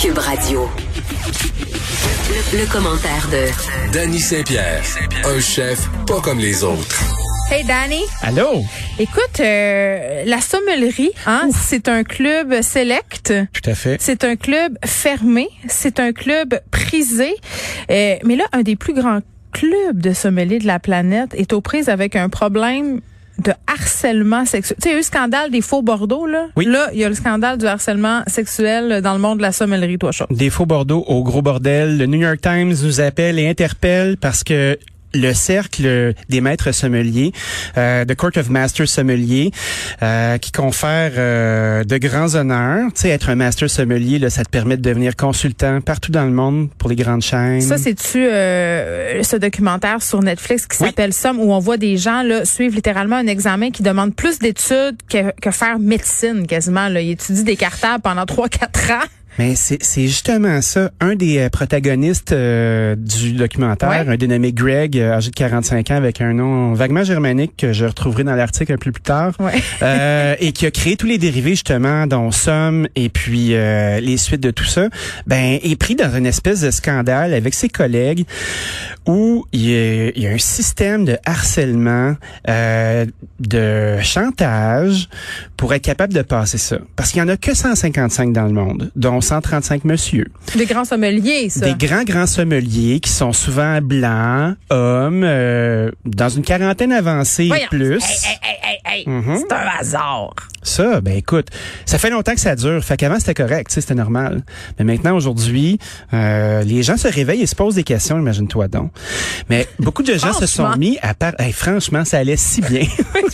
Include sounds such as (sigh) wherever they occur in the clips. Cube Radio. Le, le commentaire de Danny Saint-Pierre, un chef pas comme les autres. Hey Danny, Allô? écoute, euh, la sommellerie, hein, c'est un club select, Tout à fait. c'est un club fermé, c'est un club prisé, Euh, mais là, un des plus grands clubs de sommeliers de la planète est aux prises avec un problème de harcèlement sexuel. Tu sais, il y a eu le scandale des faux Bordeaux, là. Oui. Là, il y a le scandale du harcèlement sexuel dans le monde de la sommellerie, toi, chaud. Des faux Bordeaux au gros bordel. Le New York Times nous appelle et interpelle parce que le cercle des maîtres sommeliers, euh, The Court of Masters Sommeliers, euh, qui confère euh, de grands honneurs. Tu sais, être un master sommelier, là, ça te permet de devenir consultant partout dans le monde pour les grandes chaînes. Ça, c'est-tu euh, ce documentaire sur Netflix qui Oui. s'appelle Somme, où on voit des gens là, suivre littéralement un examen qui demande plus d'études que, que faire médecine quasiment. Là. Ils étudient des cartables pendant 3-4 ans. (laughs) Mais c'est c'est justement ça. Un des euh, protagonistes euh, du documentaire, Ouais. un dénommé Greg, euh, âgé de 45 ans, avec un nom vaguement germanique que je retrouverai dans l'article un peu plus tard, Ouais. (laughs) euh, et qui a créé tous les dérivés justement, dont Somme et puis euh, les suites de tout ça, ben est pris dans une espèce de scandale avec ses collègues où il y a, il y a un système de harcèlement, euh, de chantage pour être capable de passer ça. Parce qu'il y en a que 155 dans le monde, dont 135 monsieur. Des grands sommeliers, ça. Des grands, grands sommeliers qui sont souvent blancs, hommes, euh, dans une quarantaine avancée Voyons. et plus. Hey, hey, hey, hey. Mhm. C'est un hasard. Ça, ben écoute, ça fait longtemps que ça dure. Fait qu'avant, c'était correct, tu sais, c'était normal. Mais maintenant, aujourd'hui, euh, les gens se réveillent et se posent des questions, imagine-toi donc. Mais beaucoup de gens se sont Franchement. mis à part... Hey, franchement, ça allait si bien.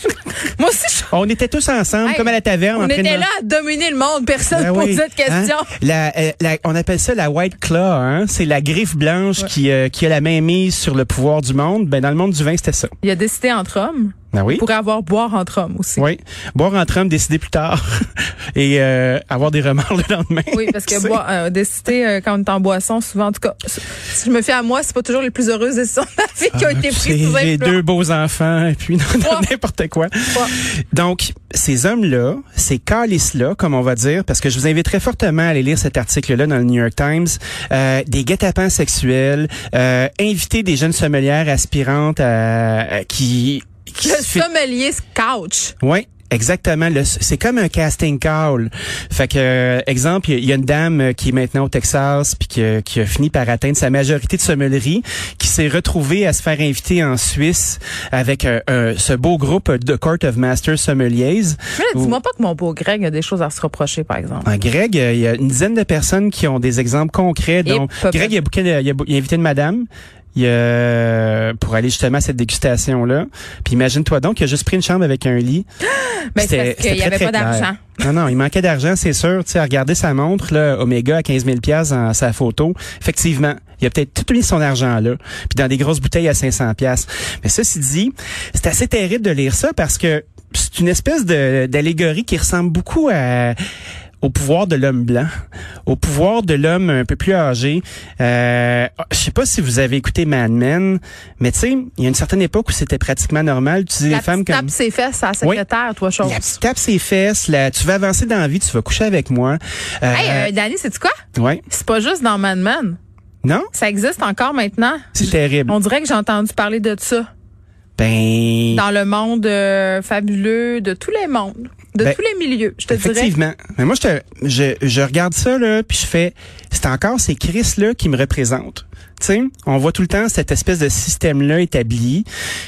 (laughs) Moi aussi, je... on était tous ensemble, Hey, comme à la taverne, en on train de... était là à dominer le monde. Personne ne Ben oui, posait de hein? questions. La, euh, la- on appelle ça la white claw, hein? c'est la griffe blanche qui, euh, qui a la main mise sur le pouvoir du monde. Ben dans le monde du vin, c'était ça. Il a décidé entre hommes. Ben oui. Il pourrait avoir boire entre hommes aussi. Oui, boire en train, décider plus tard (laughs) et euh, avoir des remords le lendemain. (laughs) Oui, parce Tu (laughs) que sais. boire, euh, décider euh, quand on est en boisson, souvent, en tout cas, si je me fie à moi, c'est pas toujours les plus heureuses décisions de ma vie qui ont été prises Ah, c'est sous les influence. deux beaux enfants et puis non, non, Trois. n'importe quoi. Trois. Donc ces hommes-là, ces calices-là, comme on va dire, parce que je vous inviterai fortement à aller lire cet article-là dans le New York Times, euh, des guet-apens sexuels, euh, inviter des jeunes sommelières aspirantes à, à- qui, qui Le se fait- sommelier couch. Oui. Exactement, Le- c'est comme un casting call. Fait que euh, exemple, il y a- il y, a une dame euh, qui est maintenant au Texas puis qui, a- qui a fini par atteindre sa majorité de sommellerie, qui s'est retrouvée à se faire inviter en Suisse avec euh, euh, ce beau groupe de Court of Masters Sommeliers. Mais là, dis-moi pas que mon beau Greg a des choses à se reprocher, par exemple. En Greg, euh, il y a une dizaine de personnes qui ont des exemples concrets. dont peu Greg, près. il a, bouqué- il a bou- il a invité une madame. Il a- pour aller justement à cette dégustation-là. Puis imagine-toi donc, il a juste pris une chambre avec un lit. Mais Ben, c'est C'était- parce c'était qu'il y très, avait très pas clair. d'argent. Non, non, il manquait d'argent, c'est sûr. Tu sais, à regarder sa montre, là, Omega à 15 000 dans sa photo. Effectivement, il a peut-être tout mis son argent là, puis dans des grosses bouteilles à 500 Mais ceci dit, c'est assez terrible de lire ça parce que c'est une espèce de- d'allégorie qui ressemble beaucoup à au pouvoir de l'homme blanc, au pouvoir de l'homme un peu plus âgé. Euh, je sais pas si vous avez écouté Mad Men, mais tu sais, il y a une certaine époque où c'était pratiquement normal d'utiliser La les femmes petite comme tape ses fesses à la Oui. secrétaire, toi, chose. la petite tape ses fesses, là, tu vas avancer dans la vie, tu vas coucher avec moi. Euh, Hey, euh, Dani, c'est quoi? ouais. C'est pas juste dans Mad Men. Non? Ça existe encore maintenant. C'est terrible. On dirait que j'ai entendu parler de ça Ben. dans le monde euh, fabuleux de tous les mondes, de Ben, tous les milieux. Je te dirais. Effectivement. Mais moi, je, te, je, je regarde ça, là, puis je fais, c'est encore ces Chris-là qui me représentent. Tu sais, on voit tout le temps cette espèce de système-là établi,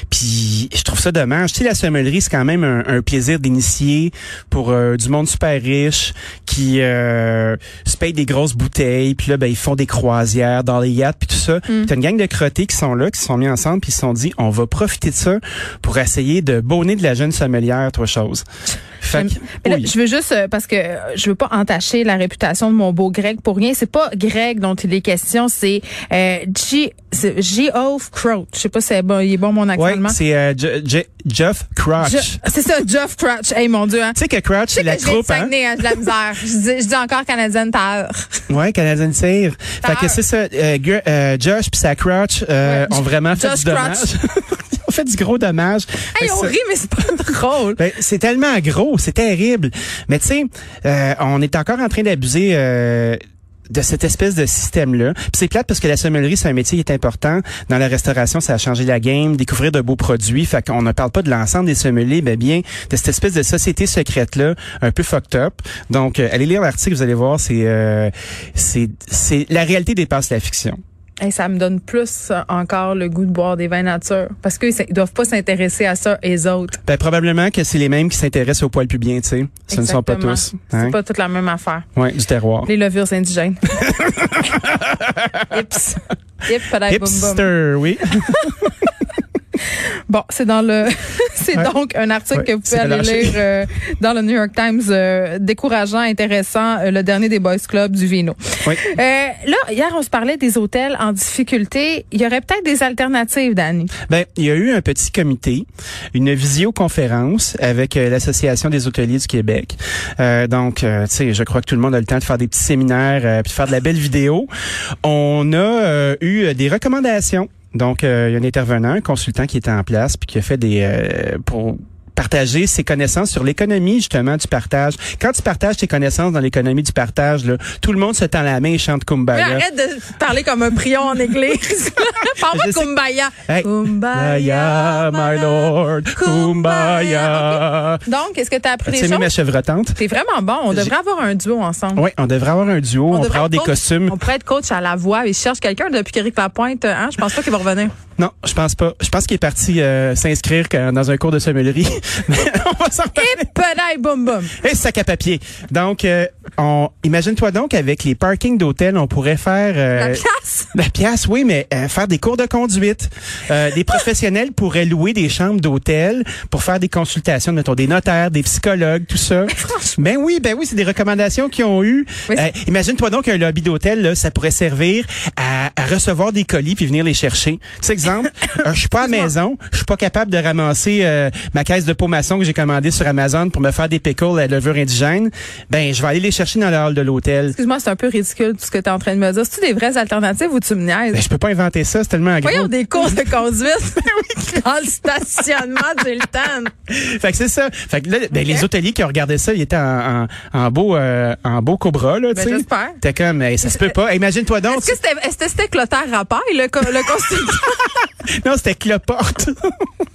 puis je trouve ça dommage. Tu sais, la sommellerie, c'est quand même un, un plaisir d'initié pour euh, du monde super riche qui euh, se paye des grosses bouteilles, puis là, ben, ils font des croisières dans les yachts, puis tout Mm. ça. Puis T'as une gang de crottés qui sont là, qui se sont mis ensemble, puis ils se sont dit, on va profiter de ça pour essayer de bonner de la jeune sommelière, trois choses. Fait que- Mais là, oui. je veux juste euh, parce que euh, je veux pas entacher la réputation de mon beau Greg pour rien. C'est pas Greg dont il est question, c'est euh, G. c'est Geoff Crouch. Je sais pas si c'est bon, il est bon mon accent Ouais, allemand. c'est euh, Je- Je- Jeff Crouch. Je- Tu C'est ça, Geoff Crouch. Hey mon Dieu, hein. sais que Crouch, Je sais c'est que la je viens de troupe, hein? Saguenay, hein, j'ai de la misère. Je dis, je dis encore canadienne terre. (laughs) Ouais, Canadian Tire. Fait que Tire. c'est ça, euh, Gr- euh, Josh puis sa Crouch euh, Ah. Ouais. ont vraiment fait Josh du dommage. (laughs) Ils ont fait du gros dommage. Fait Hey, que on ça- rit, mais c'est pas drôle. Ben, c'est tellement gros, c'est terrible. Mais tu sais, euh, on est encore en train d'abuser euh, de cette espèce de système-là. Puis c'est plate parce que la sommellerie, c'est un métier qui est important. Dans la restauration, ça a changé la game, découvrir de beaux produits. Fait qu'on ne parle pas de l'ensemble des sommeliers, mais bien de cette espèce de société secrète-là, un peu fucked up. Donc, euh, allez lire l'article, vous allez voir, c'est, euh, c'est, c'est, la réalité dépasse la fiction. Hey, ça me donne plus euh, encore le goût de boire des vins nature parce qu'ils s- ils doivent pas s'intéresser à ça et autres. Ben, probablement que c'est les mêmes qui s'intéressent au poil plus bien, tu sais. Ce ne sont pas Exactement. tous. C'est Hein? pas toute la même affaire. Ouais, du terroir. Les levures indigènes. Hips. Hip, padaï, boum, boum. Hipster, oui. Bon, c'est dans le, (laughs) c'est Ouais. donc un article Ouais, que vous c'est pouvez aller relâché. lire euh, dans le New York Times, euh, décourageant, intéressant, euh, le dernier des Boys Club du Vino. Oui. Euh, là, hier, on se parlait des hôtels en difficulté. Il y aurait peut-être des alternatives, Danny. Ben, il y a eu un petit comité, une visioconférence avec euh, l'Association des hôteliers du Québec. Euh, donc, euh, tu sais, je crois que tout le monde a le temps de faire des petits séminaires euh, puis de faire de la belle vidéo. On a euh, eu euh, des recommandations. Donc, euh, il y a un intervenant, un consultant qui était en place puis qui a fait des... euh, pour partager ses connaissances sur l'économie justement du partage. Quand tu partages tes connaissances dans l'économie du partage, là, tout le monde se tend la main et chante Mais Kumbaya. arrête de parler comme un prion en (laughs) église. (laughs) Parle pas Je de sais- Kumbaya. Hey. Kumbaya, my lord, Kumbaya. Ok. Donc, est-ce que tu as appris Tu des aimé ma choses? chevrotante? T'es vraiment bon. On devrait avoir un duo ensemble. Oui, on devrait avoir un duo, on, devrait pourrait avoir être des coach- costumes. On pourrait être coach à la voix. Il cherche quelqu'un depuis qu'Éric Lapointe. Hein? Je pense pas qu'il va (laughs) revenir. Non, je pense pas. Je pense qu'il est parti euh, s'inscrire que- dans un cours de sommellerie. (laughs) Mais on va s'en reparler. Pedaille, boum, boum. Et sac à papier. Donc, euh, on imagine-toi donc avec les parkings d'hôtel, on pourrait faire La euh, pièce. la pièce, oui, mais euh, faire des cours de conduite. Euh, des professionnels (laughs) pourraient louer des chambres d'hôtel pour faire des consultations, mettons des notaires, des psychologues, tout ça. ben oui, ben oui, c'est des recommandations qu'ils ont eues. Oui, Euh, Imagine-toi donc un lobby d'hôtel, là, ça pourrait servir à, à recevoir des colis puis venir les chercher. Tu sais, (laughs) exemple, euh, je suis pas à la maison, je suis pas capable de ramasser euh, ma caisse de pots maçon que j'ai commandée sur Amazon pour me faire des pickles à levure indigène. Ben, je vais aller les chercher dans le hall de l'hôtel. Excuse-moi, c'est un peu ridicule tout ce que tu es en train de me dire. C'est-tu des vraies alternatives ou tu me niaises? Ben, je peux pas inventer ça, c'est tellement gros. Ben Voyons des cours de (laughs) conduite dans le stationnement du Hilton. Fait que c'est ça. Fait que là, ben, les hôteliers qui ont regardé ça, ils étaient en, en, en beau, euh, en beau cobra, là, tu sais. Ben, j'espère. T'es comme, hey, ça se peut pas. Hey, Imagine-toi donc. Est-ce que c'était est-ce que c'était Clotaire Rappaille, le, co- le (laughs) consultant? Non, c'était Cloporte.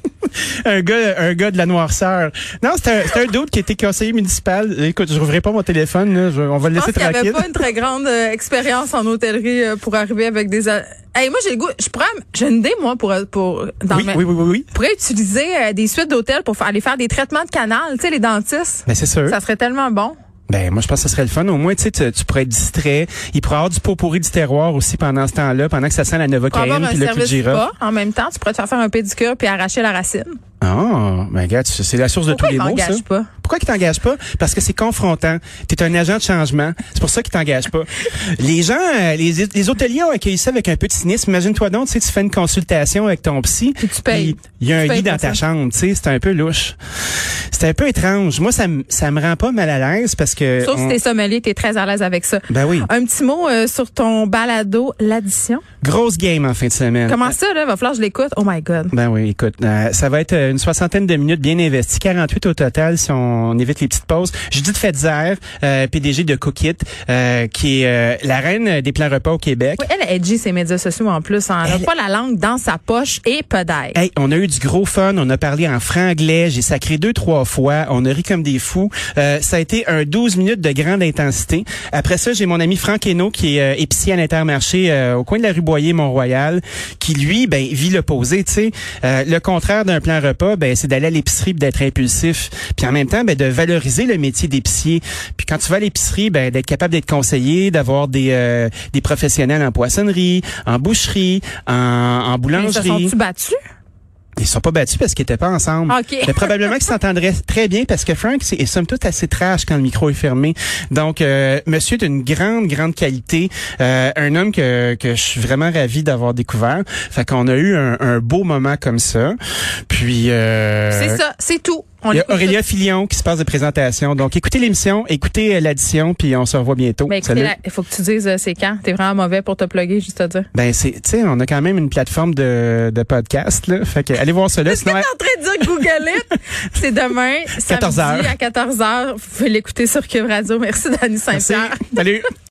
(laughs) un gars, un gars de la noirceur. Non, c'était un, c'était un d'autre qui était conseiller municipal. Écoute, je rouvrirai pas mon téléphone, là. Je- on va le Je pense laisser qu'il tranquille. avait pas une très grande euh, expérience en hôtellerie euh, pour arriver avec des... al- Hey, moi, j'ai le goût... Je pourrais... J'ai une idée, moi, pour... pour dans Oui, ma- oui, oui, oui, oui. Je pourrais utiliser euh, des suites d'hôtel pour fa- aller faire des traitements de canal, tu sais, les dentistes. Ben, c'est sûr. Ça serait tellement bon. Ben, moi, je pense que ce serait le fun. Au moins, tu sais, tu- tu pourrais être distrait. Il pourrait y avoir du pot pourri du terroir aussi pendant ce temps-là, pendant que ça sent la Pour avoir Novocaine un puis le cul de service girafe. spa, en même temps, tu pourrais te faire faire un pédicure puis arracher la racine. Ah, ben regarde, c'est c'est la source Pourquoi de ils tous les maux, ça. t'engagent pas? Pourquoi ils t'engagent pas? Parce que c'est confrontant. T'es un agent de changement. C'est pour ça qu'ils (laughs) t'engagent pas. les gens, euh, les, les hôteliers ont accueilli ça avec un peu de cynisme. Imagine-toi donc, tu sais, tu fais une consultation avec ton psy. Puis tu payes. puis Il y a Tu un payes lit dans pour ta ça. chambre, tu sais. C'est un peu louche. C'est un peu étrange. Moi, ça, me- ça me rend pas mal à l'aise parce que... Sauf si on- t'es sommelier, t'es très à l'aise avec ça. Ben oui. Euh, Un petit mot euh, sur ton balado, l'addition. Grosse game en fin de semaine. Comment ça, là? Va falloir que je l'écoute. Oh my God. Ben oui, écoute, euh, ça va être euh, une soixantaine de minutes bien investies, 48 au total si on évite les petites pauses. Judith Fetzer, euh, PDG de Cookit, euh, qui est euh, la reine des plans repas au Québec. Oui, elle a edgy ses médias sociaux en plus. hein. Elle a Elle- pas la langue dans sa poche et pedaille. Hey, on a eu du gros fun, on a parlé en franglais, j'ai sacré deux, trois fois, on a ri comme des fous. Euh, ça a été un 12 minutes de grande intensité. Après ça, j'ai mon ami Franck Hainaut, qui est euh, épicier à l'intermarché euh, au coin de la rue Boyer, Mont-Royal, qui lui, ben, vit l'opposé, tu sais. Euh, le contraire d'un plan repas, ben, c'est d'aller à l'épicerie puis d'être impulsif. Puis en même temps, ben, de valoriser le métier d'épicier. Puis quand tu vas à l'épicerie, ben, d'être capable d'être conseillé, d'avoir des, euh, des professionnels en poissonnerie, en boucherie, en, en Ils se boulangerie. sont-tu battus? Ils se sont pas battus parce qu'ils étaient pas ensemble. OK. Mais probablement qu'ils s'entendraient très bien parce que Frank c'est est somme toute assez trash quand le micro est fermé. Donc euh, monsieur d'une grande grande qualité, euh, un homme que, que je suis vraiment ravi d'avoir découvert. Fait qu'on a eu un, un beau moment comme ça. Puis euh, C'est ça, c'est tout. On Il y a l'écoute Aurélia tout. Filion qui se passe de présentation. Donc écoutez l'émission, écoutez euh, l'addition puis on se revoit bientôt. Ben, écoutez, Salut. là, il faut que tu dises euh, c'est quand. T'es vraiment mauvais pour te plugger, juste à dire. Ben c'est tu sais on a quand même une plateforme de, de podcast là. Fait que allez voir cela Est-ce que sinon t'es en train de dire Google It? C'est demain, 14 samedi à 14h. Vous pouvez l'écouter sur Cube Radio. Merci, Dani Merci. Saint-Pierre. Salut.